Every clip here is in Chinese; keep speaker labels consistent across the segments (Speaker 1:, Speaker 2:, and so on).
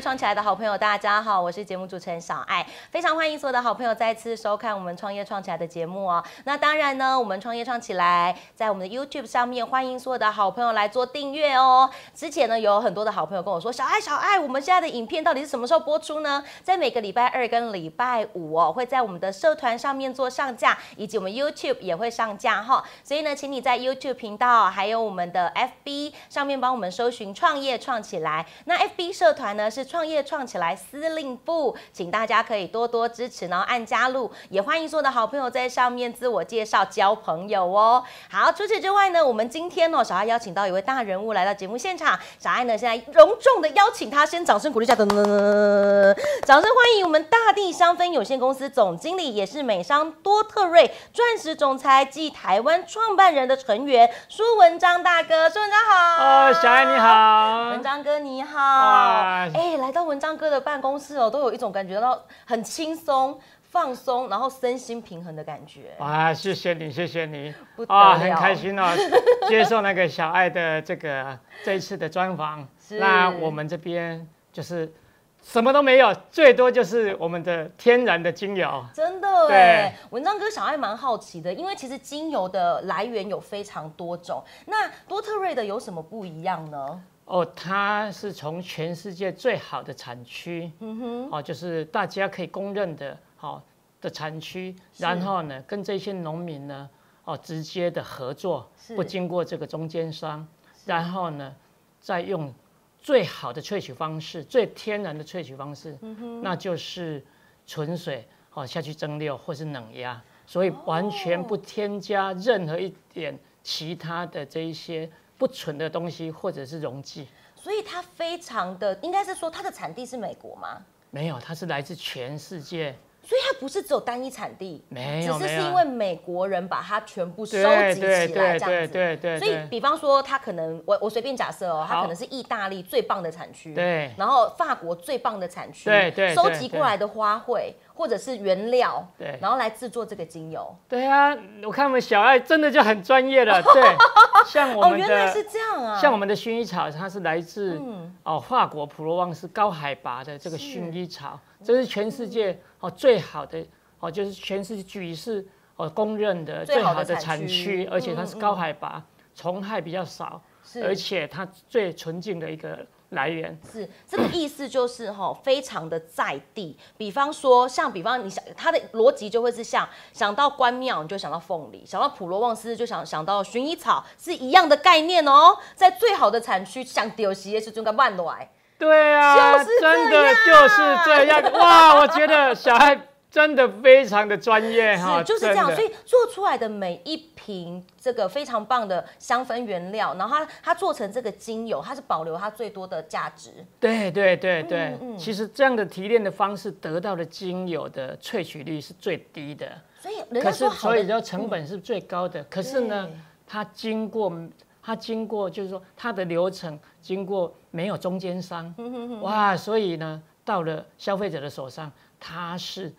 Speaker 1: 创起来的好朋友，大家好，我是节目主持人小爱，非常欢迎所有的好朋友再次收看我们创业创起来的节目哦。那当然呢，我们创业创起来在我们的 YouTube 上面，欢迎所有的好朋友来做订阅哦。之前呢，有很多的好朋友跟我说，小爱小爱，我们现在的影片到底是什么时候播出呢？在每个礼拜二跟礼拜五哦，会在我们的社团上面做上架，以及我们 YouTube 也会上架哈、所以呢，请你在 YouTube 频道还有我们的 FB 上面帮我们搜寻“创业创起来”。那 FB 社团呢是“创业创起来司令部”，请大家可以多多支持，然后按加入，也欢迎所有的好朋友在上面自我介绍、交朋友哦。好，除此之外呢，我们今天哦，小爱邀请到一位大人物来到节目现场，小爱呢现在隆重的邀请他，先掌声鼓励一下，噔噔噔噔噔噔噔。掌声欢迎我们大地香氛有限公司总经理，也是美商多特瑞钻石总裁暨台湾创办人的成员苏文章大哥，苏文章好。
Speaker 2: 哦，小爱你。好
Speaker 1: 文。章哥你好，
Speaker 2: 哇
Speaker 1: 哎、来到文章哥的办公室哦，都有一种感觉到很轻松、放松，然后身心平衡的感觉。
Speaker 2: 啊，谢谢你，谢谢你
Speaker 1: 不得
Speaker 2: 啊，
Speaker 1: 了
Speaker 2: 很开心哦， 接受那个小爱的这个这一次的专访。
Speaker 1: 是
Speaker 2: 那我们这边就是什么都没有，最多就是我们的天然的精油。
Speaker 1: 真的哎，文章哥小爱蛮好奇的，因为其实精油的来源有非常多种，那多特瑞的有什么不一样呢？
Speaker 2: 哦，它是从全世界最好的产区，
Speaker 1: 嗯哼，
Speaker 2: 哦，就是大家可以公认的，好、哦、的产区，然
Speaker 1: 是
Speaker 2: 后呢，跟这些农民呢，哦，直接的合作
Speaker 1: 是，
Speaker 2: 不经过这个中间商，然后呢，再用最好的萃取方式，最天然的萃取方式，
Speaker 1: 嗯
Speaker 2: 那就是纯水哦下去蒸馏或是冷压，所以完全不添加任何一点其他的这一些不纯的东西或者是溶剂。
Speaker 1: 所以它非常的，应该是说它的产地是美国吗？
Speaker 2: 没有，它是来自全世界，
Speaker 1: 所以它不是只有单一产地，
Speaker 2: 没
Speaker 1: 只
Speaker 2: 有
Speaker 1: 是
Speaker 2: 没
Speaker 1: 是
Speaker 2: 有
Speaker 1: 因。为美国人把它全部收集起
Speaker 2: 对
Speaker 1: 来
Speaker 2: 对对
Speaker 1: 这样
Speaker 2: 对
Speaker 1: 子。
Speaker 2: 对对，
Speaker 1: 所以，
Speaker 2: 对
Speaker 1: 比方说，它可能我我随便假设哦，它
Speaker 2: 好
Speaker 1: 可能是意大利最棒的产区，
Speaker 2: 对
Speaker 1: 然后法国最棒的产区，
Speaker 2: 对对对
Speaker 1: 收集过来的花卉或者是原料，
Speaker 2: 对
Speaker 1: 然后来制作这个精油。
Speaker 2: 对啊，我看我们小爱真的就很专业了，对， 像我
Speaker 1: 哦，
Speaker 2: 们
Speaker 1: 原来是
Speaker 2: 的
Speaker 1: 这样啊！
Speaker 2: 像我们的薰衣草，它是来自
Speaker 1: 嗯
Speaker 2: 哦法国普罗旺斯高海拔的这个薰衣草，这是全世界哦最好的哦，就是全世界举世哦公认的
Speaker 1: 最
Speaker 2: 最
Speaker 1: 好
Speaker 2: 好
Speaker 1: 的
Speaker 2: 的
Speaker 1: 产
Speaker 2: 产
Speaker 1: 区
Speaker 2: 区，而且它
Speaker 1: 嗯
Speaker 2: 是
Speaker 1: 嗯
Speaker 2: 高海拔，虫害比较少，
Speaker 1: 是
Speaker 2: 而且它最纯净的一个来源。
Speaker 1: 是这个意思，就是哈、非常的在地。比方说，像比方你想，它的逻辑就会是像想到关庙，你就想到凤梨；想到普罗旺斯，就想想到薰衣草，是一样的概念哦。在最好的产区，像丢席也是尊个慢来，
Speaker 2: 对啊，
Speaker 1: 就是这样
Speaker 2: 真的就是这样。哇，我觉得小孩真的非常的专业哈，
Speaker 1: 是就是这样。
Speaker 2: 哎
Speaker 1: 所
Speaker 2: 真的
Speaker 1: 以做出来的每一瓶这个非常棒的香氛原料，然后它它做成这个精油，它是保留它最多的价值。
Speaker 2: 对对对对，
Speaker 1: 嗯嗯
Speaker 2: 其实这样的提炼的方式得到的精油的萃取率是最低的，
Speaker 1: 所以人家
Speaker 2: 可是
Speaker 1: 说好
Speaker 2: 所
Speaker 1: 的嗯
Speaker 2: 以说成本是最高的。可是呢
Speaker 1: 对，
Speaker 2: 它经过它经过就是说它的流程经过没有中间商，
Speaker 1: 嗯
Speaker 2: 哇，所以呢到了消费者的手上，它是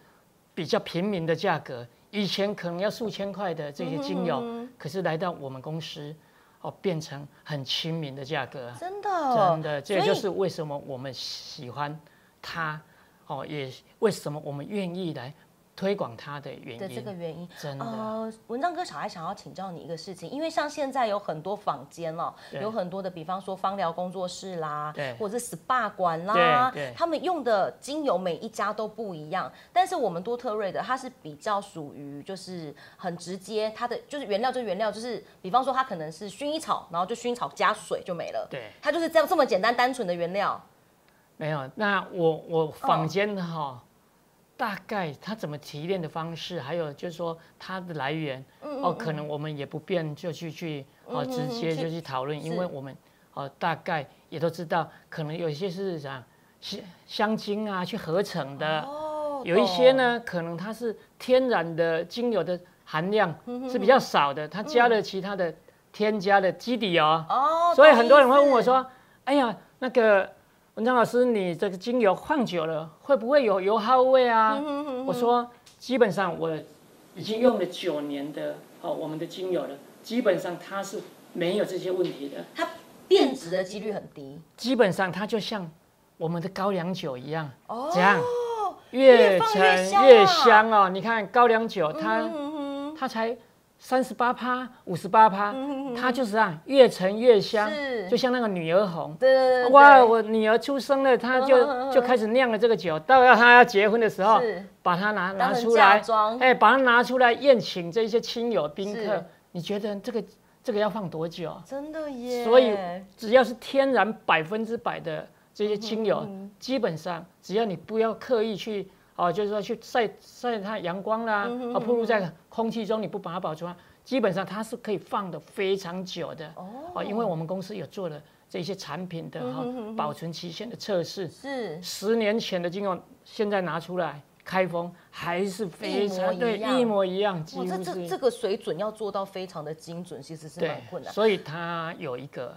Speaker 2: 比较平民的价格。以前可能要数千块的这些精油，
Speaker 1: 嗯
Speaker 2: 可是来到我们公司，哦，变成很亲民的价格。
Speaker 1: 真的
Speaker 2: 真的，这
Speaker 1: 哦所以
Speaker 2: 就是为什么我们喜欢它，哦，也为什么我们愿意来推广它的原
Speaker 1: 的这个
Speaker 2: 因。
Speaker 1: 原因。
Speaker 2: 真的
Speaker 1: 呃，文章哥，小孩想要请教你一个事情，因为像现在有很多坊间哦，
Speaker 2: 对
Speaker 1: 有很多的，比方说芳疗工作室啦，
Speaker 2: 对
Speaker 1: 或者是 SPA 馆啦
Speaker 2: 对对，
Speaker 1: 他们用的精油每一家都不一样，但是我们多特瑞的它是比较属于就是很直接，它的就是原料就原料，就是比方说它可能是薰衣草，然后就薰衣草加水就没了，
Speaker 2: 对，
Speaker 1: 它就是这样这么简单单纯的原料，
Speaker 2: 没有，那我我
Speaker 1: 哦
Speaker 2: 坊间哈、大概它怎么提炼的方式，还有就是说它的来源，哦，可能我们也不便就去去哦，
Speaker 1: 嗯哼
Speaker 2: 直接
Speaker 1: 去
Speaker 2: 就去讨论，因
Speaker 1: 是
Speaker 2: 为我们哦大概也都知道，可能有一些是啥香香精啊去合成的，
Speaker 1: 哦
Speaker 2: 有一些，呢，可能它是天然的精油的含量
Speaker 1: 嗯
Speaker 2: 是比较少的，它加了其他的添加的基底哦，
Speaker 1: 懂哦，
Speaker 2: 所以很多人会
Speaker 1: 懂意
Speaker 2: 问
Speaker 1: 思
Speaker 2: 我，说：“哎呀，那个文章老师，你这个精油放久了会不会有油耗味啊？”
Speaker 1: 嗯
Speaker 2: 我说：“基本上我已经用了九年的哦，我们的精油了，基本上它是没有这些问题的，
Speaker 1: 它变质的几率很低。
Speaker 2: 基本上它就像我们的高粱酒一样，
Speaker 1: 哦
Speaker 2: 怎样
Speaker 1: 越放
Speaker 2: 陈
Speaker 1: 越香
Speaker 2: 越
Speaker 1: 啊
Speaker 2: 香哦。你看高粱酒，它、
Speaker 1: 嗯哼哼
Speaker 2: 它才三十八趴、五十八趴，
Speaker 1: 嗯
Speaker 2: 它就是啊，越陈越香
Speaker 1: 是，
Speaker 2: 就像那个女儿红。
Speaker 1: 对对对，对
Speaker 2: 哇！我女儿出生了，她
Speaker 1: 嗯嗯嗯
Speaker 2: 就就开始酿了这个酒。到要她要结婚的时候
Speaker 1: 是，
Speaker 2: 把它
Speaker 1: 当
Speaker 2: 拿哦拿
Speaker 1: 成
Speaker 2: 出
Speaker 1: 嫁
Speaker 2: 来，
Speaker 1: 妆，
Speaker 2: 哎，把它拿出来宴请这些亲友宾
Speaker 1: 是
Speaker 2: 客。你觉得这个这个要放多久？啊
Speaker 1: 真的耶。
Speaker 2: 所以只要是天然百分之百的这些精
Speaker 1: 嗯
Speaker 2: 油，基本上只要你不要刻意去啊，就是说去晒晒它阳光啦，
Speaker 1: 嗯
Speaker 2: 啊，暴露在空气中，你不把它保存，基本上它是可以放的非常久的。
Speaker 1: 哦嗯
Speaker 2: 啊，因为我们公司有做了这些产品的哈、保存期限的测试，
Speaker 1: 是
Speaker 2: 十年前的精油现在拿出来开封还是非
Speaker 1: 一模
Speaker 2: 常
Speaker 1: 一
Speaker 2: 对
Speaker 1: 样
Speaker 2: 一模一样，几
Speaker 1: 哇，这
Speaker 2: 乎
Speaker 1: 这
Speaker 2: 是
Speaker 1: 这个水准要做到非常的精准，其实是蛮
Speaker 2: 对
Speaker 1: 困，难。
Speaker 2: 所以它有一个，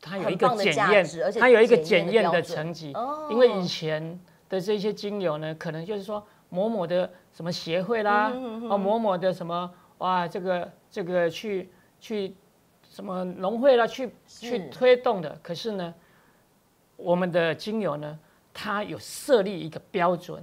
Speaker 2: 它有一
Speaker 1: 很
Speaker 2: 个
Speaker 1: 棒的
Speaker 2: 检
Speaker 1: 价
Speaker 2: 验
Speaker 1: 值而且，
Speaker 2: 它有一个
Speaker 1: 检验
Speaker 2: 检
Speaker 1: 的
Speaker 2: 验
Speaker 1: 标
Speaker 2: 的
Speaker 1: 准
Speaker 2: 层级
Speaker 1: 哦。
Speaker 2: 因为以前的这些精油呢，可能就是说某某的什么协会啦，
Speaker 1: 嗯
Speaker 2: 哦某某的什么哇，这个这个去去什么农会啦，去去
Speaker 1: 是
Speaker 2: 推动的。可是呢，我们的精油呢，它有设立一个标准，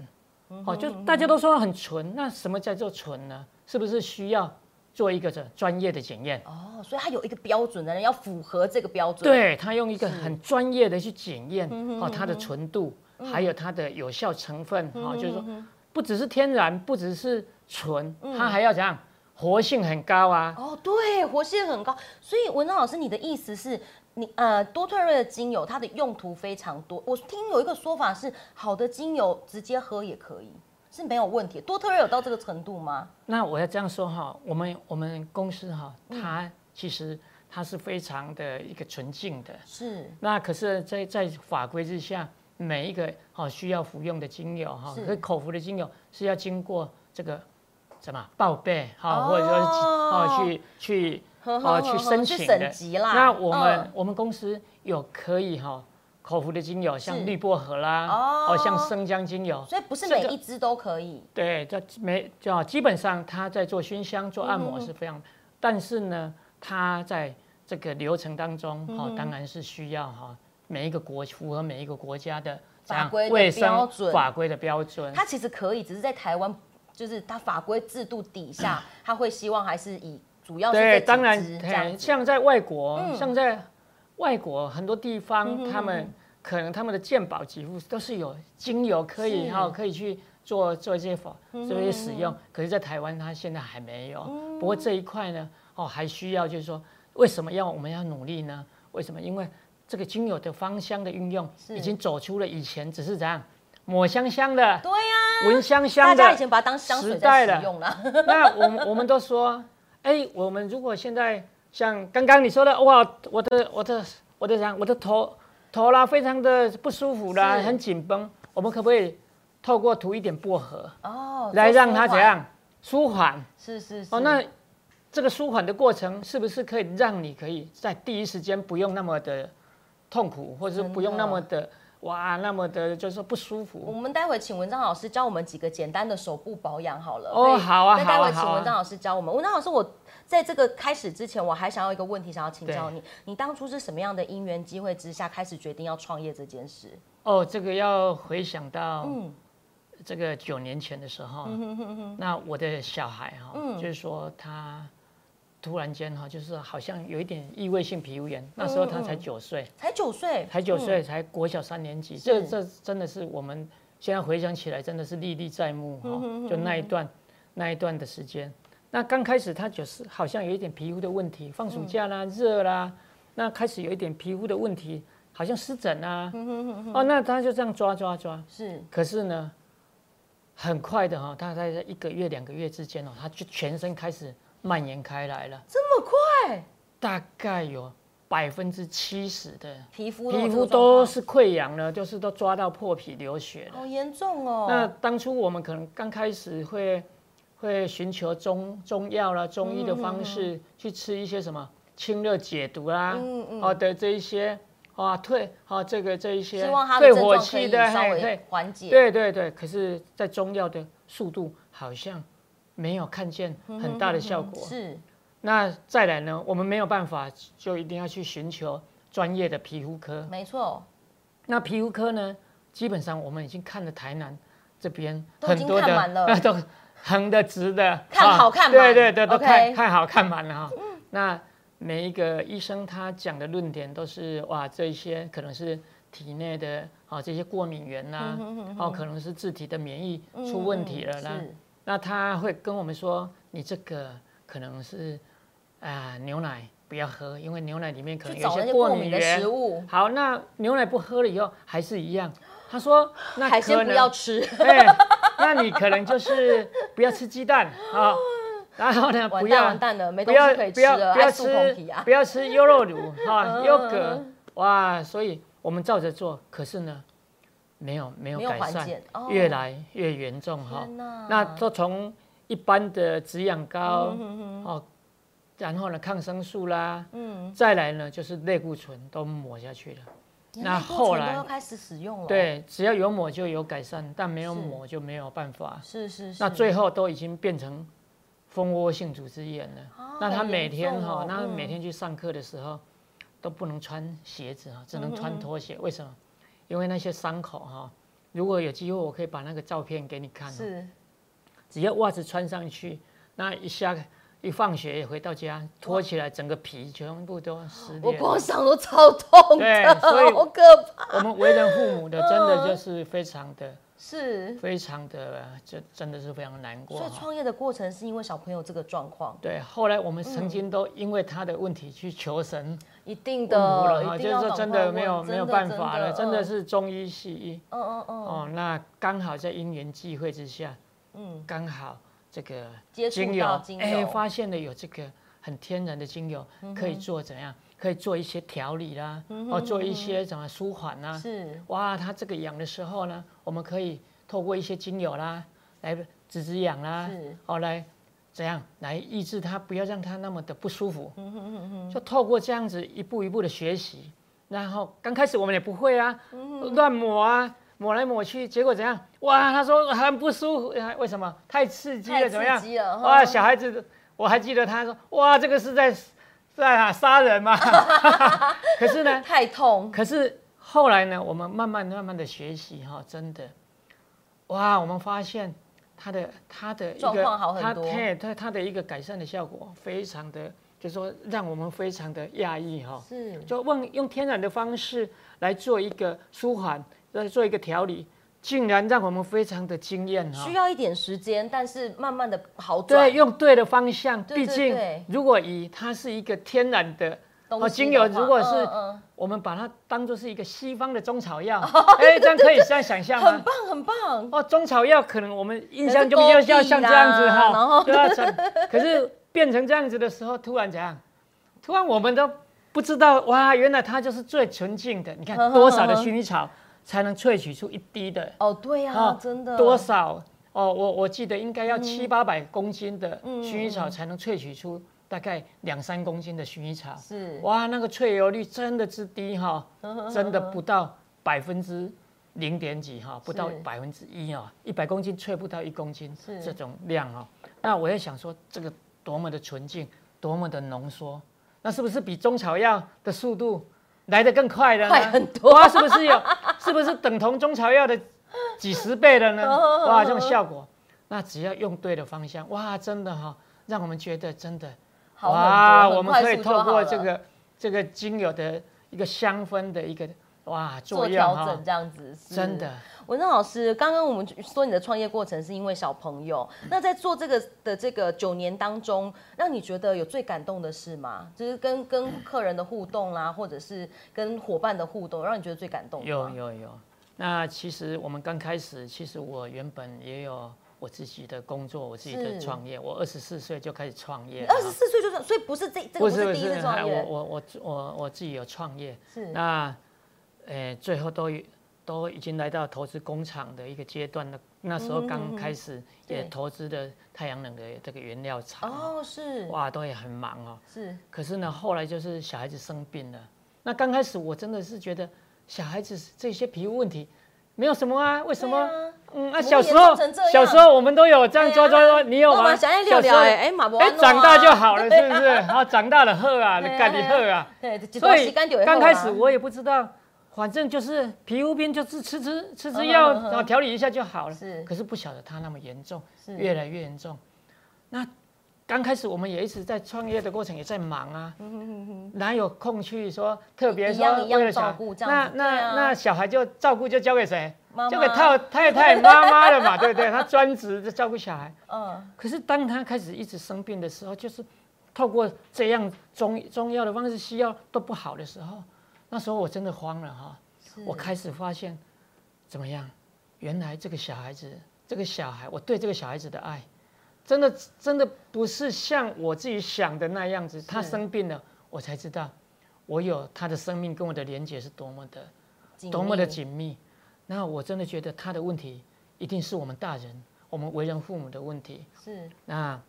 Speaker 1: 嗯
Speaker 2: 哦，就大家都说很纯，那什么叫做纯呢？是不是需要做一个这专业的检验？
Speaker 1: 哦，所以它有一个标准的人要符合这个标准。，
Speaker 2: 对他用一个很专业的去检验
Speaker 1: 嗯
Speaker 2: 哦它的纯度，还有它的有效成
Speaker 1: 嗯
Speaker 2: 分哦，就是说不只是天然，不只是纯，
Speaker 1: 嗯
Speaker 2: 它还要怎样活性很高啊。
Speaker 1: 哦，对，活性很高。所以文章老师，你的意思是你呃，多特瑞的精油它的用途非常多。我听有一个说法是，好的精油直接喝也可以，是没有问题。多特瑞有到这个程度吗？
Speaker 2: 那我要这样说哈，我们我们公司哈，
Speaker 1: 嗯
Speaker 2: 它其实它是非常的一个纯净的。
Speaker 1: 是
Speaker 2: 那可是在，在法规之下，每一个哦需要服用的精油哈，
Speaker 1: 是
Speaker 2: 和口服的精油是要经过这个什么报备哈，
Speaker 1: 哦
Speaker 2: 或者说哦去去
Speaker 1: 呵呵
Speaker 2: 哦去
Speaker 1: 呵
Speaker 2: 申请
Speaker 1: 去
Speaker 2: 的
Speaker 1: 审级啦
Speaker 2: 那我们、
Speaker 1: 嗯
Speaker 2: 我们公司有可以哈口服的精油，
Speaker 1: 是
Speaker 2: 像绿薄荷啦，
Speaker 1: 哦
Speaker 2: 哦像生姜精油，
Speaker 1: 所以不是
Speaker 2: 这
Speaker 1: 每
Speaker 2: 个
Speaker 1: 一支都可以。
Speaker 2: 对，这没就基本上他在做熏香、做
Speaker 1: 嗯
Speaker 2: 按摩是非常，但是呢，他在这个流程当中，
Speaker 1: 嗯
Speaker 2: 哈、当然是需要哈、每一个国符合每一个国家的这样
Speaker 1: 法规的
Speaker 2: 卫
Speaker 1: 标
Speaker 2: 生
Speaker 1: 准
Speaker 2: 法规的标准。
Speaker 1: 它其实可以，只是在台湾，就是它法规制度底下，它会希望还是以主要是这
Speaker 2: 嗯对，
Speaker 1: 几
Speaker 2: 当然
Speaker 1: 支，这样
Speaker 2: 嘿
Speaker 1: 子嗯
Speaker 2: 像在外国，像在外国很多地方，他们可能他们的健保几乎都是有精油可以
Speaker 1: 是嗯
Speaker 2: 哈、可以去做做这些法这些使用，可是，在台湾它现在还没有。不过这一块呢，哦，还需要就是说，为什么要我们要努力呢？为什么？因为这个精油的芳香的运用
Speaker 1: 是
Speaker 2: 已经走出了以前只是怎样抹香香的、
Speaker 1: 对呀、
Speaker 2: 闻香
Speaker 1: 大
Speaker 2: 香的
Speaker 1: 家以，前把它当香水
Speaker 2: 时代
Speaker 1: 在
Speaker 2: 了
Speaker 1: 使用啦。
Speaker 2: 那我们我们都说，哎、我们如果现在像刚刚你说的，哇，我的我的我的啥，我的头头啦，非常的不舒服啦，
Speaker 1: 是
Speaker 2: 很紧绷，我们可不可以透过涂一点薄荷
Speaker 1: 哦，
Speaker 2: 来
Speaker 1: 做
Speaker 2: 让
Speaker 1: 舒
Speaker 2: 它
Speaker 1: 缓
Speaker 2: 怎？样舒缓？
Speaker 1: 是是是。
Speaker 2: 哦，那这个舒缓的过程是不是可以让你可以在第一时间不用那么的痛苦，或者是
Speaker 1: 真
Speaker 2: 不用
Speaker 1: 的
Speaker 2: 那么的哇，那么的就是说不舒服？
Speaker 1: 我们待会请文章老师教我们几个简单的手部保养好了。
Speaker 2: 哦
Speaker 1: 可以
Speaker 2: 好啊
Speaker 1: 那待
Speaker 2: 好
Speaker 1: 会
Speaker 2: 啊
Speaker 1: 请
Speaker 2: 好啊
Speaker 1: 文章老师教我们。文章老师，我在这个开始之前，我还想要一个问题想要请教你：你当初是什么样的因缘机会之下开始决定要创业这件事？
Speaker 2: 哦，这个要回想到
Speaker 1: 嗯
Speaker 2: 这个九年前的时候，那我的小孩哈、就是说他突然间哈、就是好像有一点异位性皮肤炎，那时候他才九岁，
Speaker 1: 才九岁，
Speaker 2: 才九岁，才国小三年级，这这真的是我们现在回想起来，真的是历历在目
Speaker 1: 嗯
Speaker 2: 哈、就那一段那一段的时间，那刚开始他就是好像有一点皮肤的问题，放暑
Speaker 1: 嗯
Speaker 2: 假啦、热啦，那开始有一点皮肤的问题，好像湿疹啊，
Speaker 1: 嗯
Speaker 2: 哦，那他就这样抓抓抓，
Speaker 1: 是
Speaker 2: 可是呢，很快的哈、大概在一个月、两个月之间哦，它就全身开始蔓延开来了，
Speaker 1: 这么快，
Speaker 2: 大概有百分之七十的
Speaker 1: 皮肤有
Speaker 2: 皮
Speaker 1: 这
Speaker 2: 肤
Speaker 1: 个状况
Speaker 2: 都是溃疡了，就是都抓到破皮流血了。
Speaker 1: 好严重哦。
Speaker 2: 那当初我们可能刚开始会会寻求中中药啦、中医的
Speaker 1: 嗯
Speaker 2: 方式、去吃一些什么清热解毒啦、
Speaker 1: 嗯嗯
Speaker 2: 哦的这一些啊退啊这个这一些
Speaker 1: 希望他的
Speaker 2: 退
Speaker 1: 症
Speaker 2: 火
Speaker 1: 状可
Speaker 2: 气
Speaker 1: 以
Speaker 2: 的
Speaker 1: 稍
Speaker 2: 嘿对
Speaker 1: 微缓解。
Speaker 2: 对对对，可是，在中药的速度好像没有看见
Speaker 1: 嗯
Speaker 2: 很大的效果。
Speaker 1: 是
Speaker 2: 那再来呢，我们没有办法，就一定要去寻求专业的皮肤科。
Speaker 1: 没错，
Speaker 2: 那皮肤科呢，基本上我们已经看了台南这边
Speaker 1: 都已经看完了
Speaker 2: 呃都横的、直的，
Speaker 1: 看好
Speaker 2: 啊
Speaker 1: 看满
Speaker 2: 对对对，都
Speaker 1: OK 嗯
Speaker 2: 看看好看满了哈。那每一个医生他讲的论点都是哇，这一些可能是体内的啊这些过敏源呐、
Speaker 1: 嗯
Speaker 2: 哦可能是自体的免疫出问题了啦。
Speaker 1: 嗯是
Speaker 2: 那他会跟我们说，你这个可能是啊、牛奶不要喝，因为牛奶里面可能
Speaker 1: 去
Speaker 2: 有
Speaker 1: 找
Speaker 2: 一
Speaker 1: 那
Speaker 2: 些
Speaker 1: 些
Speaker 2: 过
Speaker 1: 过
Speaker 2: 敏
Speaker 1: 敏的
Speaker 2: 源
Speaker 1: 食。物，
Speaker 2: 好，那牛奶不喝了以后还是一样。他 说，那
Speaker 1: 海
Speaker 2: 可
Speaker 1: 鲜不
Speaker 2: 能
Speaker 1: 要吃，
Speaker 2: 哎，那你可能就是不要吃 鸡蛋啊、然后呢，
Speaker 1: 完
Speaker 2: 不
Speaker 1: 蛋
Speaker 2: 要
Speaker 1: 完蛋了，没
Speaker 2: 不
Speaker 1: 东西
Speaker 2: 要
Speaker 1: 可以
Speaker 2: 不
Speaker 1: 吃
Speaker 2: 要
Speaker 1: 了，
Speaker 2: 不要
Speaker 1: 爱素
Speaker 2: 吃
Speaker 1: 碰皮啊，
Speaker 2: 不要吃优酪乳哈，
Speaker 1: 嗯
Speaker 2: 优格哇，所以我们照着做，可是呢，没有没有
Speaker 1: 没有
Speaker 2: 改
Speaker 1: 缓
Speaker 2: 善
Speaker 1: 解，哦
Speaker 2: 越来越严重哈。
Speaker 1: 天哪
Speaker 2: 那就从一般的止痒膏
Speaker 1: 嗯哼哼
Speaker 2: 哦，然后呢抗生素啦，
Speaker 1: 嗯，
Speaker 2: 再来呢就是类固醇都抹下去了。那后
Speaker 1: 连类固醇
Speaker 2: 来
Speaker 1: 都要开始使用了，，
Speaker 2: 对，只要有抹就有改善，但没有
Speaker 1: 哦是
Speaker 2: 抹就没有办法。
Speaker 1: 是是是，
Speaker 2: 那最后都已经变成蜂窝性组织炎了。
Speaker 1: 啊
Speaker 2: 那他
Speaker 1: 很
Speaker 2: 每
Speaker 1: 严
Speaker 2: 天
Speaker 1: 重
Speaker 2: 哈、
Speaker 1: 哦
Speaker 2: 那
Speaker 1: 嗯
Speaker 2: 每天去上课的时候都不能穿鞋子啊，只能穿拖
Speaker 1: 嗯
Speaker 2: 鞋。为什么？因为那些伤口哈、如果有机会，我可以把那个照片给你看、哦。
Speaker 1: 是
Speaker 2: 只要袜子穿上去，那一下一放学回到家，脱起来整个皮全部都撕
Speaker 1: 我啊
Speaker 2: 裂。
Speaker 1: 光想都超痛的，
Speaker 2: 对所以
Speaker 1: 好可怕，
Speaker 2: 我们为人父母的真的就是非常的、
Speaker 1: 是。
Speaker 2: 非常的，这真的是非常难过、
Speaker 1: 所以
Speaker 2: 哈。
Speaker 1: 创业的过程是因为小朋友这个状况，
Speaker 2: 对，后来我们曾
Speaker 1: 嗯
Speaker 2: 经都因为他的问题去求神
Speaker 1: 一定
Speaker 2: 问卜
Speaker 1: 的
Speaker 2: 了，哈，
Speaker 1: 一
Speaker 2: 就
Speaker 1: 定
Speaker 2: 是
Speaker 1: 要
Speaker 2: 说
Speaker 1: 赶
Speaker 2: 真
Speaker 1: 快
Speaker 2: 的
Speaker 1: 问
Speaker 2: 没有没有办法了，真的，
Speaker 1: 嗯
Speaker 2: 是中医西医
Speaker 1: 嗯嗯嗯，
Speaker 2: 哦，那刚好在因缘际会之下，
Speaker 1: 嗯
Speaker 2: 嗯，刚好这个
Speaker 1: 接触到精
Speaker 2: 哎，
Speaker 1: 油嗯
Speaker 2: 发现了有这个很天然的精油，可以做怎样？可以做一些调理啦，哦，做一
Speaker 1: 嗯
Speaker 2: 些什么舒缓啦，
Speaker 1: 是
Speaker 2: 哇，它这个痒的时候呢，我们可以透过一些精油啦，来止止痒啦
Speaker 1: 是，
Speaker 2: 哦，来怎样来抑制它，不要让它那么的不舒服。
Speaker 1: 嗯
Speaker 2: 就透过这样子一步一步的学习，然后刚开始我们也不会啊，
Speaker 1: 嗯
Speaker 2: 乱抹啊。抹来抹去，结果怎样？哇，他说很不舒服，哎为什么？太刺激
Speaker 1: 太
Speaker 2: 了，怎么样
Speaker 1: 刺？激哦了，
Speaker 2: 哇，
Speaker 1: 哼
Speaker 2: 小孩子，我还记得他说，哇，这个是在在啊杀人嘛。 可是呢，
Speaker 1: 太痛，
Speaker 2: 可是后来呢，我们慢慢慢慢的学习哈、真的，哇，我们发现他的他的一
Speaker 1: 状
Speaker 2: 个
Speaker 1: 况好很
Speaker 2: 他
Speaker 1: 多
Speaker 2: 嘿他他的一个改善的效果非常的，就说让我们非常的讶异哈、
Speaker 1: 是
Speaker 2: 就问用天然的方式来做一个舒缓，来做一个调理，竟然让我们非常的惊艳哈、
Speaker 1: 需要一点时间，但是慢慢的好转
Speaker 2: 对，，用对的方向，
Speaker 1: 对对
Speaker 2: 毕竟
Speaker 1: 对
Speaker 2: 如果以它是一个天然的
Speaker 1: 东
Speaker 2: 哦
Speaker 1: 西
Speaker 2: 精
Speaker 1: 的
Speaker 2: 油，
Speaker 1: 话
Speaker 2: 如果是
Speaker 1: 嗯嗯
Speaker 2: 我们把它当做是一个西方的中 草药，哎，这样可以这样想象
Speaker 1: 嗯很
Speaker 2: 吗？
Speaker 1: 棒很棒，
Speaker 2: 哦，中草药可能我们印象中
Speaker 1: 可
Speaker 2: 就是要像这样子
Speaker 1: 勾地啦然后
Speaker 2: 哈，对啊，成可是变成这样子的时候，突然怎样？突然我们都不知道哇，原来它就是最纯净的。你看
Speaker 1: 呵呵
Speaker 2: 多少的
Speaker 1: 呵呵
Speaker 2: 薰衣草才能萃取出一滴的
Speaker 1: 哦对呀
Speaker 2: 哦，
Speaker 1: 真的嗯
Speaker 2: 多少哦？我我记得应该要七八百公斤的薰衣草才能萃取出大概两三公斤的薰衣草。
Speaker 1: 是
Speaker 2: 哇，那个萃油率真的之低哈、真的不到百分之零点几哈、不到
Speaker 1: 是
Speaker 2: 百分之一啊，一百公斤萃不到一公斤
Speaker 1: 是
Speaker 2: 这种量哦。那我也想说，这个多么的纯净，多么的浓缩，那是不是比中草药的速度来得更快了呢？
Speaker 1: 快很多
Speaker 2: 哇，是不是有？是不是等同中草药的几十倍了呢？
Speaker 1: 哦
Speaker 2: 哇，这种效果，那只要用对的方向，哇，真的哈、让我们觉得真的。
Speaker 1: 好很
Speaker 2: 哇，
Speaker 1: 多
Speaker 2: 我
Speaker 1: 很
Speaker 2: 们
Speaker 1: 快
Speaker 2: 可以
Speaker 1: 速就
Speaker 2: 透
Speaker 1: 好
Speaker 2: 过
Speaker 1: 了
Speaker 2: 这个这个精油的一个香氛的一个哇
Speaker 1: 做
Speaker 2: 作用
Speaker 1: 调
Speaker 2: 哈
Speaker 1: 整，这样子，是
Speaker 2: 真的。
Speaker 1: 文正老师，刚刚我们说你的创业过程是因为小朋友，那在做这个的这个九年当中，让你觉得有最感动的事吗？就是跟跟客人的互动啦、或者是跟伙伴的互动，让你觉得最感动的
Speaker 2: 有
Speaker 1: 吗？
Speaker 2: 有有。那其实我们刚开始，其实我原本也有我自己的工作，我自己
Speaker 1: 是
Speaker 2: 的创业。我二十四岁就开始创业了，
Speaker 1: 二十四岁就算，所以不是这这个不
Speaker 2: 不
Speaker 1: 是
Speaker 2: 是不
Speaker 1: 第一
Speaker 2: 是
Speaker 1: 次，创
Speaker 2: 我
Speaker 1: 业，
Speaker 2: 我我我我自己有创业，
Speaker 1: 是
Speaker 2: 那，呃，最后都都已经来到投资工厂的一个阶段了。那时候刚开始也
Speaker 1: 嗯对
Speaker 2: 投资的太阳能的这个原料厂，
Speaker 1: 哦是
Speaker 2: 哇，都也很忙哦。
Speaker 1: 是
Speaker 2: 可是呢，后来就是小孩子生病了。那刚开始我真的是觉得小孩子这些皮肤问题没有什么啊，为什么？
Speaker 1: 对啊怎么
Speaker 2: 嗯
Speaker 1: 会
Speaker 2: 啊，小时
Speaker 1: 严重
Speaker 2: 候
Speaker 1: 成这样
Speaker 2: 小时候我们都有这样抓抓抓，
Speaker 1: 对啊
Speaker 2: 你有
Speaker 1: 我
Speaker 2: 吗？
Speaker 1: 们小爱聊
Speaker 2: 时
Speaker 1: 聊
Speaker 2: 候
Speaker 1: 哎哎马博
Speaker 2: 哎
Speaker 1: 安诺啊
Speaker 2: 长大就好了，是不是？然后长大了喝啊，
Speaker 1: 对啊
Speaker 2: 干你喝啊。
Speaker 1: 对，
Speaker 2: 所以刚开始
Speaker 1: 我
Speaker 2: 我也不知道反正就是皮肤病，就是吃吃吃吃药，
Speaker 1: 嗯哼嗯哼
Speaker 2: 然后调理一下就好了。
Speaker 1: 是
Speaker 2: 可是不晓得它那么严重，
Speaker 1: 是
Speaker 2: 越来越严重。那刚开始我们也一直在创业的过程，也在忙啊，哪有空去说特别
Speaker 1: 一样
Speaker 2: 说
Speaker 1: 一样
Speaker 2: 为了小
Speaker 1: 照
Speaker 2: 孩
Speaker 1: 顾这样
Speaker 2: 那
Speaker 1: 子对
Speaker 2: 那
Speaker 1: 啊
Speaker 2: 那小孩就照顾就交给谁？
Speaker 1: 妈
Speaker 2: 交给
Speaker 1: 妈
Speaker 2: 太太太妈妈了嘛，对 不对？他专职在照顾小孩。
Speaker 1: 嗯，
Speaker 2: 可是当他开始一直生病的时候，就是透过这样中中药的方式，西药都不好的时候，那时候我真的慌了哈。
Speaker 1: 是
Speaker 2: 我开始发现，怎么样？原来这个小孩子，这个小孩，我对这个小孩子的爱，真的真的不是像我自己想的那样子。他生病了，我才知道，我有他的生命跟我的连接是多么的
Speaker 1: 紧
Speaker 2: 多么的
Speaker 1: 密
Speaker 2: 紧密。那我真的觉得他的问题一定是我们大人，我们为人父母的问题。
Speaker 1: 是，
Speaker 2: 那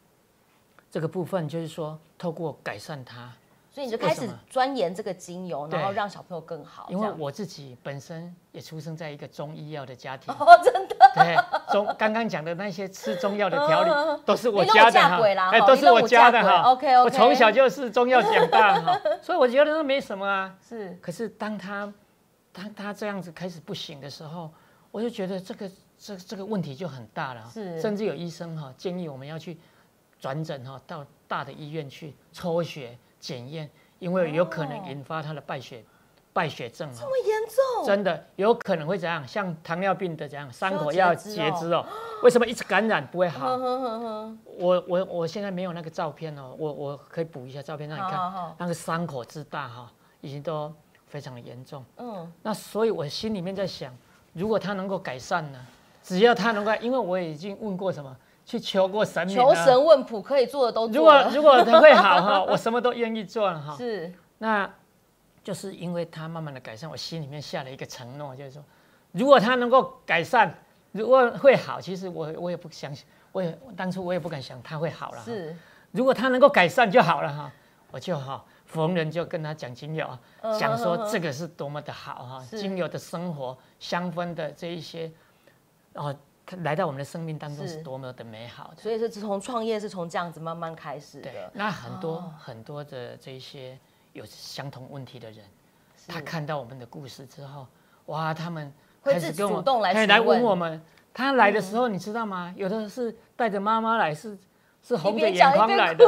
Speaker 2: 这个部分就是说，透过改善它，
Speaker 1: 所以你就
Speaker 2: 为
Speaker 1: 开
Speaker 2: 什
Speaker 1: 始
Speaker 2: 么
Speaker 1: 钻研这个精油，然后
Speaker 2: 对
Speaker 1: 让小朋友更好，
Speaker 2: 因
Speaker 1: 这
Speaker 2: 为
Speaker 1: 样，
Speaker 2: 我自己本身也出生在一个中医药的家庭
Speaker 1: 哦，真的 嗯
Speaker 2: 对，中刚刚讲的那些吃中药的调理都是我
Speaker 1: 你都
Speaker 2: 家
Speaker 1: 有
Speaker 2: 的
Speaker 1: 嫁
Speaker 2: 哈
Speaker 1: 鬼啦，
Speaker 2: 哎，
Speaker 1: 吼
Speaker 2: 都
Speaker 1: 你
Speaker 2: 是
Speaker 1: 都
Speaker 2: 我
Speaker 1: 有嫁
Speaker 2: 家的
Speaker 1: 鬼
Speaker 2: 哈。
Speaker 1: ，OK，OK
Speaker 2: 我从小就是中药长 大哈，所以我觉得那没什么啊。
Speaker 1: 是
Speaker 2: 可是当他当他这样子开始不行的时候，我就觉得这个这这个问题就很大了，
Speaker 1: 是
Speaker 2: 甚至有医生哈、建议我们要去转诊哈、到大的医院去抽血检验，因为有可能引发他的败血败血症哈、
Speaker 1: 这么严重，
Speaker 2: 真的有可能会怎样？像糖尿病的怎样，伤口
Speaker 1: 需要
Speaker 2: 要
Speaker 1: 截
Speaker 2: 截
Speaker 1: 肢哦
Speaker 2: 肢哦。为什么一直感染不会好
Speaker 1: 嗯哼？哼哼哼，
Speaker 2: 我我我现在没有那个照片哦，我我可以补一下照片让你看，
Speaker 1: 好好好
Speaker 2: 那个伤口之大哈、已经都非常的严重。
Speaker 1: 嗯，
Speaker 2: 那所以我心里面在想，如果他能够改善呢？只要他能够，因为我已经问过什么，去求过神明
Speaker 1: 求
Speaker 2: 了
Speaker 1: 神问卜可以做的都
Speaker 2: 如
Speaker 1: 做
Speaker 2: 果啊
Speaker 1: 了，
Speaker 2: 如果他会 好哈，我什么都愿意做了哈。
Speaker 1: 是
Speaker 2: 那就是因为他慢慢的改善，我心里面下了一个承诺，就是说，如果他能够改善，如果会好，其实我我也不想，我也当初我也不敢想他会好了。，
Speaker 1: 是，
Speaker 2: 如果他能够改善就好了哈，我就哈逢人就跟他讲精油啊，
Speaker 1: 嗯
Speaker 2: 讲
Speaker 1: 嗯
Speaker 2: 说
Speaker 1: 嗯
Speaker 2: 这个是多么的好哈，
Speaker 1: 是
Speaker 2: 精油的生活香氛的这一些，然后来到我们的生命当中
Speaker 1: 是
Speaker 2: 是多么的美好的。
Speaker 1: 所以是从创业是从这样子慢慢开始
Speaker 2: 对
Speaker 1: 的，，
Speaker 2: 那很多、
Speaker 1: 哦
Speaker 2: 很多的这一些有相同问题的人，他看到我们的故事之后，哇，他们
Speaker 1: 会
Speaker 2: 开
Speaker 1: 自
Speaker 2: 始
Speaker 1: 己
Speaker 2: 跟我
Speaker 1: 主动来
Speaker 2: 嘿
Speaker 1: 询
Speaker 2: 来问
Speaker 1: 问嗯
Speaker 2: 我们。他来的时候，你知道吗？有的是带着妈妈来，是是红着
Speaker 1: 边
Speaker 2: 眼
Speaker 1: 讲一
Speaker 2: 眶
Speaker 1: 边
Speaker 2: 来的。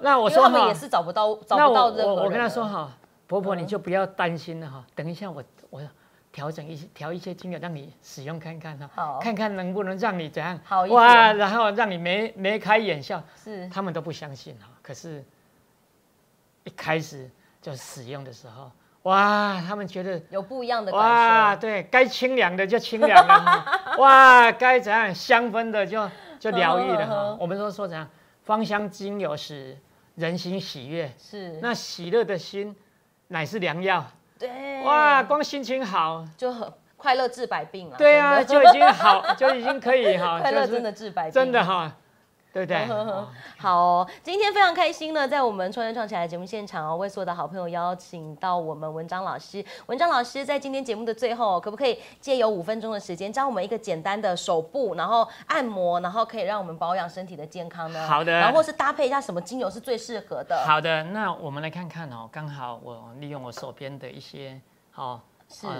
Speaker 2: 那我
Speaker 1: 因为
Speaker 2: 说
Speaker 1: 他们也
Speaker 2: 哈，
Speaker 1: 是找不到找
Speaker 2: 那
Speaker 1: 不
Speaker 2: 我
Speaker 1: 到任何
Speaker 2: 我我跟他
Speaker 1: 人
Speaker 2: 说
Speaker 1: 了，嗯
Speaker 2: 哈，婆婆你就不要担心了哈，等一下我我调整一些调一些精油让你使用看看
Speaker 1: 好
Speaker 2: 哈，看看能不能让你怎样
Speaker 1: 好一
Speaker 2: 哇，
Speaker 1: 点
Speaker 2: 然后让你眉眉开眼笑。
Speaker 1: 是
Speaker 2: 他们都不相信啊。可是，一开始就使用的时候，哇，他们觉得
Speaker 1: 有不一样的
Speaker 2: 哇，
Speaker 1: 感受，
Speaker 2: 对该清凉的就清凉了哈，哇，该怎样香氛的就就疗愈了
Speaker 1: 嗯嗯
Speaker 2: 哈
Speaker 1: 嗯。
Speaker 2: 我们都说怎样，芳香精油使人心喜悦，
Speaker 1: 是，
Speaker 2: 那喜乐的心乃是良药。
Speaker 1: 对，啊
Speaker 2: 哇，，光心情好，
Speaker 1: 就很快乐治百病了，
Speaker 2: 对啊，
Speaker 1: 真
Speaker 2: 就
Speaker 1: 的
Speaker 2: 已经好， 就已经可以哈，
Speaker 1: 快乐
Speaker 2: 就是
Speaker 1: 真的嗯治百病，啊
Speaker 2: 真的哈，对不对？哦
Speaker 1: 好哦、今天非常开心呢，在我们创业创起来的节目现场哦，为所有的好朋友邀请到我们文章老师。文章老师在今天节目的最后哦，可不可以借由五分钟的时间，教我们一个简单的手部，然后按摩，然后可以让我们保养身体的健康呢？
Speaker 2: 好的
Speaker 1: 然后或是搭配一下什么精油是最适合的？，
Speaker 2: 好的，那我们来看看哦，刚好我利用我手边的一些哦，
Speaker 1: 是
Speaker 2: 啊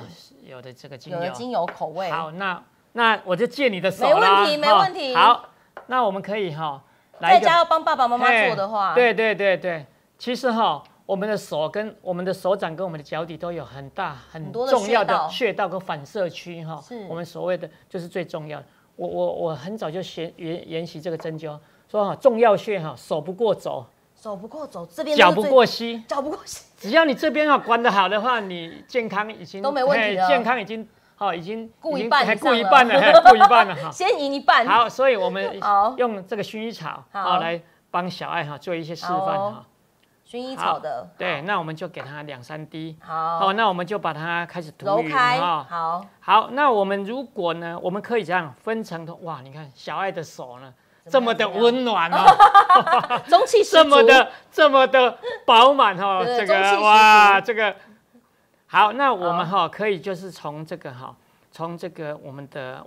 Speaker 2: 有的这个精
Speaker 1: 有
Speaker 2: 油，
Speaker 1: 的精油口味。
Speaker 2: 好，那那我就借你的手
Speaker 1: 没问
Speaker 2: 啦
Speaker 1: 题没
Speaker 2: 哈
Speaker 1: 问题
Speaker 2: 好，那我们可以哈、来
Speaker 1: 在
Speaker 2: 一个
Speaker 1: 家要帮爸爸妈妈
Speaker 2: 嘿
Speaker 1: 做的话，，
Speaker 2: 对对对对，其实哈、我们的手跟我们的手掌跟我们的脚底都有很大很
Speaker 1: 多的
Speaker 2: 重要
Speaker 1: 穴道
Speaker 2: 的穴道跟反射区哈、
Speaker 1: 是
Speaker 2: 我们所谓的就是最重要的。我我我很早就学研研习这个针灸，说哈、重要穴哈、手不过肘，
Speaker 1: 手不过肘，这边
Speaker 2: 脚
Speaker 1: 都是
Speaker 2: 不
Speaker 1: 最，
Speaker 2: 过膝，
Speaker 1: 脚不过膝，
Speaker 2: 只要你这边啊管得好的话，你健康已经
Speaker 1: 都没问题了
Speaker 2: 嘿健康已经好，已经
Speaker 1: 顾一
Speaker 2: 已经
Speaker 1: 半以
Speaker 2: 还
Speaker 1: 上
Speaker 2: 顾一
Speaker 1: 了
Speaker 2: 半了，嘿 顾一半了哈。
Speaker 1: 先赢一半。
Speaker 2: 好，所以我们
Speaker 1: 好
Speaker 2: 用这个薰衣草
Speaker 1: 好
Speaker 2: 啊来帮小爱哈做一些示范
Speaker 1: 好哦
Speaker 2: 哈。
Speaker 1: 薰衣草的，
Speaker 2: 对，那我们就给它两三滴。哦
Speaker 1: 好，
Speaker 2: 好，那我们就把它开始涂
Speaker 1: 揉
Speaker 2: 匀
Speaker 1: 开，
Speaker 2: 哈。
Speaker 1: 好，
Speaker 2: 好，那我们如果呢，我们可以这样分成头，哇，你看小爱的手呢，
Speaker 1: 怎
Speaker 2: 这
Speaker 1: 么样
Speaker 2: 么的
Speaker 1: 怎么样
Speaker 2: 温暖哦。
Speaker 1: 中气十足。
Speaker 2: 这么的这么的饱满哈，
Speaker 1: 对
Speaker 2: 这
Speaker 1: 中气十
Speaker 2: 个
Speaker 1: 足
Speaker 2: 哇，这个好，那我们哈可以就是从这个哈，从这个我们的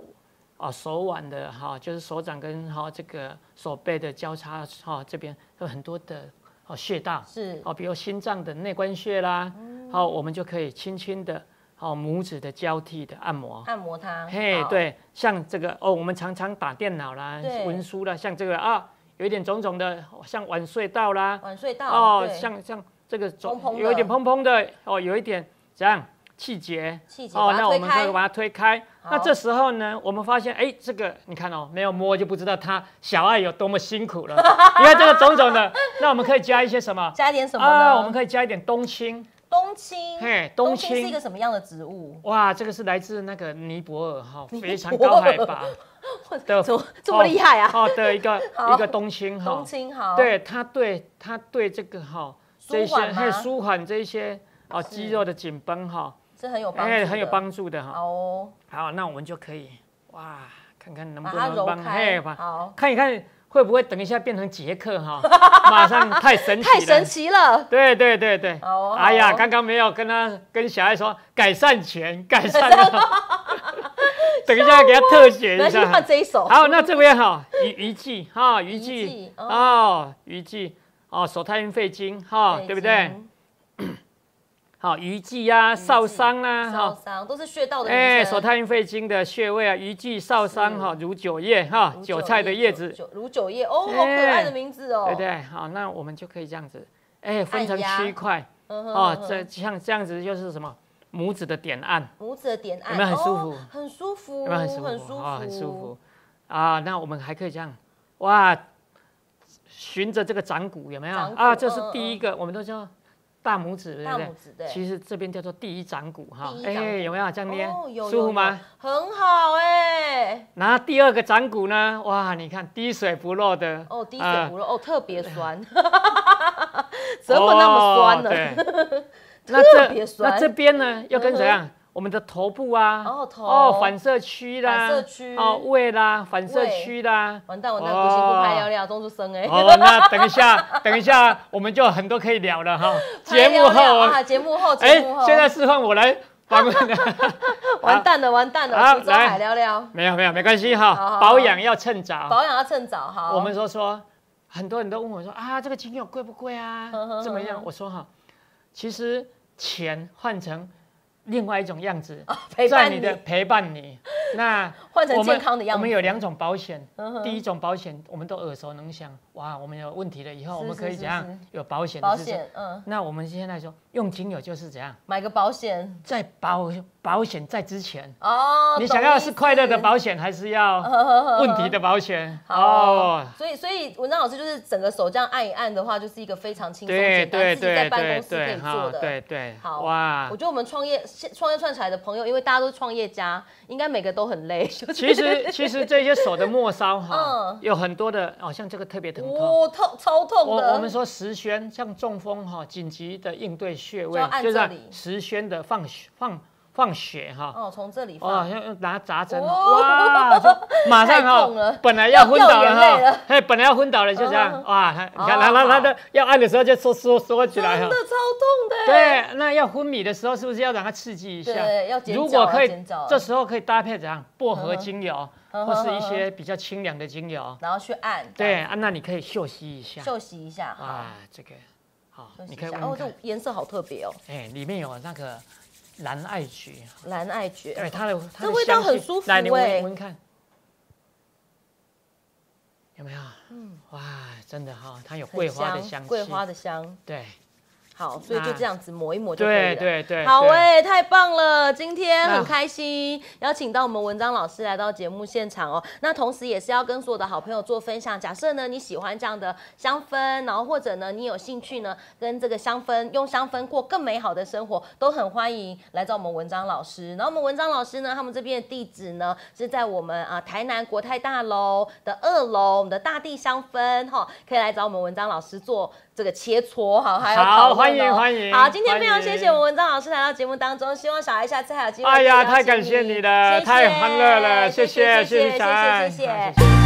Speaker 2: 哦手腕的哈，就是手掌跟哈这个手背的交叉哈这边有很多的哦穴道
Speaker 1: 是
Speaker 2: 哦，比如心脏的内关穴啦，好，我们就可以轻轻的好、拇指的交替的按摩。
Speaker 1: 按摩它。
Speaker 2: 嘿
Speaker 1: 好，，
Speaker 2: 对，像这个哦，我们常常打电脑啦
Speaker 1: 对、
Speaker 2: 文书啦，像这个啊，有一点肿肿的，像晚睡到啦，
Speaker 1: 晚睡到
Speaker 2: 哦，
Speaker 1: 对
Speaker 2: 像像这个肿
Speaker 1: 蓬蓬的
Speaker 2: 有一点蓬蓬的，哦，有一点怎样气结，
Speaker 1: 气节
Speaker 2: 哦，
Speaker 1: 把它
Speaker 2: 那我
Speaker 1: 推
Speaker 2: 们
Speaker 1: 开
Speaker 2: 可以把它推开。那
Speaker 1: 好
Speaker 2: 这时候呢，我们发现，哎，这个你看哦，没有摸就不知道他小爱有多么辛 苦了。你看这个肿肿的，那我们可以加一些什么？
Speaker 1: 加点什么呢？
Speaker 2: 啊，我们可以加一点冬青。
Speaker 1: 冬青，
Speaker 2: 嘿
Speaker 1: 冬
Speaker 2: 冬
Speaker 1: 青是
Speaker 2: 青
Speaker 1: 一个什么样的植物？
Speaker 2: 哇，这个是来自那个尼泊尔哈，
Speaker 1: 尼
Speaker 2: 非常
Speaker 1: 泊
Speaker 2: 高海
Speaker 1: 尔
Speaker 2: 拔的
Speaker 1: 怎么这么厉害啊？
Speaker 2: 哦的一个
Speaker 1: 好
Speaker 2: 一个冬青哈
Speaker 1: 冬，青好，，
Speaker 2: 对它对它对这个哈这
Speaker 1: 舒
Speaker 2: 些
Speaker 1: 缓吗
Speaker 2: 还有舒缓这些哦肌肉的紧绷哈，
Speaker 1: 这很有帮助的，
Speaker 2: 哎很有帮助的哈。
Speaker 1: 好哦，
Speaker 2: 好，那我们就可以哇，看看能
Speaker 1: 把
Speaker 2: 不
Speaker 1: 它
Speaker 2: 能
Speaker 1: 揉
Speaker 2: 帮
Speaker 1: 开，
Speaker 2: 把
Speaker 1: 好，
Speaker 2: 看一看会不会等一下变成杰克 哈，马上太神奇了，
Speaker 1: 太神奇了，
Speaker 2: 对对对对，
Speaker 1: 好哦
Speaker 2: 哎
Speaker 1: 好
Speaker 2: 呀，
Speaker 1: 哦
Speaker 2: 刚刚没有跟他跟小爱说改善前，改善后， 等一下给他特写
Speaker 1: 那
Speaker 2: 一
Speaker 1: 先
Speaker 2: 下
Speaker 1: 换。这一首，
Speaker 2: 好，那这边哈，鱼鱼记哈，鱼
Speaker 1: 鱼
Speaker 2: 记
Speaker 1: 记哦
Speaker 2: 哦，鱼记哦，手太阴肺经哈，对不对？
Speaker 1: 已经？
Speaker 2: 好，鱼记啊，少商啊，
Speaker 1: 烧
Speaker 2: 哈，
Speaker 1: 伤都是穴道的名
Speaker 2: 哎，
Speaker 1: 称
Speaker 2: 手太阴肺经的穴位啊，鱼记少商
Speaker 1: 是
Speaker 2: 哈，如韭叶哈
Speaker 1: 如，
Speaker 2: 韭菜的叶子，
Speaker 1: 韭如韭叶，哦，好可爱的名字哦，
Speaker 2: 对不对？好，那我们就可以这样子，哎，分成
Speaker 1: 按压
Speaker 2: 七块。
Speaker 1: 嗯哼，
Speaker 2: 哦
Speaker 1: 嗯，哼
Speaker 2: 这像这样子就是什么拇指的点按，
Speaker 1: 拇指的点按，
Speaker 2: 有没有很舒
Speaker 1: 哦
Speaker 2: 服
Speaker 1: 很舒服，
Speaker 2: 有没有很舒服？
Speaker 1: 很舒
Speaker 2: 哦
Speaker 1: 服，
Speaker 2: 很舒服。啊，那我们还可以这样，哇，循着这个掌骨有没有
Speaker 1: 掌骨
Speaker 2: 啊？这是
Speaker 1: 嗯
Speaker 2: 第一个，我们都叫大拇指，对
Speaker 1: 大
Speaker 2: 不
Speaker 1: 拇
Speaker 2: 对？
Speaker 1: 指对。
Speaker 2: 其实这边叫做第一掌骨哈
Speaker 1: 第一，掌骨
Speaker 2: 哎，有没有这样捏
Speaker 1: 哦，有
Speaker 2: 舒服吗？？
Speaker 1: 有有很好哎、
Speaker 2: 然后第二个掌骨呢，哇，你看滴水不漏的
Speaker 1: 哦，滴水
Speaker 2: 啊
Speaker 1: 不漏，哦，特别 酸，怎么那么酸呢？
Speaker 2: 哦 对那
Speaker 1: 特别
Speaker 2: 这
Speaker 1: 酸嗯
Speaker 2: 那这边呢，要跟怎样？我们的头部啊，
Speaker 1: 哦头
Speaker 2: 反射区
Speaker 1: 反
Speaker 2: 啦，
Speaker 1: 射区
Speaker 2: 哦胃啦，反射 区啦。
Speaker 1: 完蛋完蛋，
Speaker 2: 哦
Speaker 1: 不行，不拍聊聊，中出生哎、
Speaker 2: 哦，那等一下， 等一下，我们就有很多可以聊 了哈。
Speaker 1: 拍
Speaker 2: 节
Speaker 1: 聊
Speaker 2: 目
Speaker 1: 聊
Speaker 2: 后，
Speaker 1: 啊，节目后，
Speaker 2: 哎
Speaker 1: 节目后，，
Speaker 2: 现在是换我来 访问了。
Speaker 1: 完蛋了，完蛋了，
Speaker 2: 好
Speaker 1: 福州海
Speaker 2: 来
Speaker 1: 聊聊，
Speaker 2: 没有没有，没关系
Speaker 1: 好好
Speaker 2: 哈，保养要趁早。
Speaker 1: 保养要趁早哈。
Speaker 2: 我们说说，很多人都问我说啊，这个精油贵不贵啊
Speaker 1: 呵呵呵？
Speaker 2: 怎么样？我说哈，其实钱换成另外一种样子，
Speaker 1: 陪
Speaker 2: 在
Speaker 1: 伴
Speaker 2: 你
Speaker 1: 你，
Speaker 2: 的陪 伴你。那
Speaker 1: 换成
Speaker 2: 我们
Speaker 1: 健康的样
Speaker 2: 我们
Speaker 1: 子，
Speaker 2: 有两种保险
Speaker 1: 嗯哼，
Speaker 2: 第一种保险我们都耳熟能详，哇，我们有问题了以后，
Speaker 1: 是
Speaker 2: 我们可
Speaker 1: 是
Speaker 2: 以
Speaker 1: 是
Speaker 2: 怎样
Speaker 1: 是
Speaker 2: 有保险？
Speaker 1: 保。险，嗯，
Speaker 2: 那我们现在说用精油就是怎样，
Speaker 1: 买个保险
Speaker 2: 在保保险在之前，
Speaker 1: 哦。
Speaker 2: 你想要的
Speaker 1: 懂
Speaker 2: 是
Speaker 1: 意思
Speaker 2: 快乐的保险，还是要 问题的保险？
Speaker 1: 好，
Speaker 2: 哦
Speaker 1: 所以所以文章老师就是整个手这样按一按的话，就是一个非常轻松
Speaker 2: 对
Speaker 1: 简单，
Speaker 2: 对
Speaker 1: 自己在
Speaker 2: 对
Speaker 1: 办公
Speaker 2: 对
Speaker 1: 室可
Speaker 2: 对
Speaker 1: 以做的。
Speaker 2: 对对，
Speaker 1: 好
Speaker 2: 哇
Speaker 1: 我！觉得我 们创业现创业串起来的朋友，因为大家都是创业家，应该每个都很累。就是
Speaker 2: 其实其实这些手的末梢哈
Speaker 1: 嗯，
Speaker 2: 有很多的，好像这个特别疼痛。
Speaker 1: 哦，痛超痛的。
Speaker 2: 我我们说十宣，像中风哈，紧急的应对穴
Speaker 1: 就
Speaker 2: 位
Speaker 1: 要按
Speaker 2: 就是
Speaker 1: 这里
Speaker 2: 十宣的放血放放血哈。
Speaker 1: 哦，从这里
Speaker 2: 哦，
Speaker 1: 放，
Speaker 2: 像用拿扎针哦，
Speaker 1: 哦
Speaker 2: 哇，就马上
Speaker 1: 太痛了
Speaker 2: 哈，本来要昏
Speaker 1: 要掉
Speaker 2: 倒
Speaker 1: 眼泪
Speaker 2: 了
Speaker 1: 了
Speaker 2: 哈，嘿，本来要昏倒了，就这样
Speaker 1: 嗯
Speaker 2: 哇，他你看
Speaker 1: 哦
Speaker 2: 他他
Speaker 1: 好
Speaker 2: 他的要按的时候就缩缩缩起
Speaker 1: 真
Speaker 2: 来
Speaker 1: 的超
Speaker 2: 哈，
Speaker 1: 痛的。
Speaker 2: 对，那要昏迷的时候，是不是要让它刺激一下？
Speaker 1: 对要尖叫
Speaker 2: 如果可
Speaker 1: 要尖
Speaker 2: 以
Speaker 1: 叫，
Speaker 2: 这时候可以搭配怎样？薄荷精油，
Speaker 1: 嗯哼嗯
Speaker 2: 或是一些比较清凉的精油。
Speaker 1: 然后去按，
Speaker 2: 对啊，那你可以休息一下。
Speaker 1: 休息一下，
Speaker 2: 啊，这个好
Speaker 1: 休，息一
Speaker 2: 你可
Speaker 1: 下
Speaker 2: 以闻
Speaker 1: 哦，
Speaker 2: 闻
Speaker 1: 这
Speaker 2: 看。
Speaker 1: 颜色好特别哦，
Speaker 2: 哎，里面有那个蓝艾菊，
Speaker 1: 蓝爱蕨。
Speaker 2: 对它的它
Speaker 1: 这
Speaker 2: 的
Speaker 1: 味道
Speaker 2: 香气
Speaker 1: 很舒服
Speaker 2: 来，你
Speaker 1: 哎
Speaker 2: 闻闻看，有没有？嗯，哇，真的哈，它有
Speaker 1: 很
Speaker 2: 桂花的
Speaker 1: 香
Speaker 2: 香气。
Speaker 1: 桂花的香，
Speaker 2: 对
Speaker 1: 好，所以就
Speaker 2: 那
Speaker 1: 这样子抹一抹就可以了。
Speaker 2: 对对对。
Speaker 1: 好
Speaker 2: 对
Speaker 1: 哎、太棒了！今天
Speaker 2: 那
Speaker 1: 很开心，邀请到我们文章老师来到节目现场哦。那同时也是要跟所有的好朋友做分享。假设呢你喜欢这样的香氛，然后或者呢你有兴趣呢跟这个香氛用香氛过更美好的生活，都很欢迎来找我们文章老师。然后我们文章老师呢，他们这边的地址呢是在我们啊、台南国泰大楼的二楼，我们的大地香氛哈、可以来找我们文章老师做这个切磋哈，还有
Speaker 2: 好
Speaker 1: 讨论
Speaker 2: 欢迎
Speaker 1: 哦
Speaker 2: 欢迎
Speaker 1: 好，今天
Speaker 2: 欢
Speaker 1: 非常谢谢
Speaker 2: 迎哎
Speaker 1: 我们。文章老师来到节目当中，希望小爱下次还有机会。
Speaker 2: 哎呀，太感谢你了，太欢乐了，谢
Speaker 1: 谢谢谢谢谢
Speaker 2: 谢谢谢
Speaker 1: 谢
Speaker 2: 小
Speaker 1: 谢
Speaker 2: 爱，
Speaker 1: 谢谢
Speaker 2: 好
Speaker 1: 谢。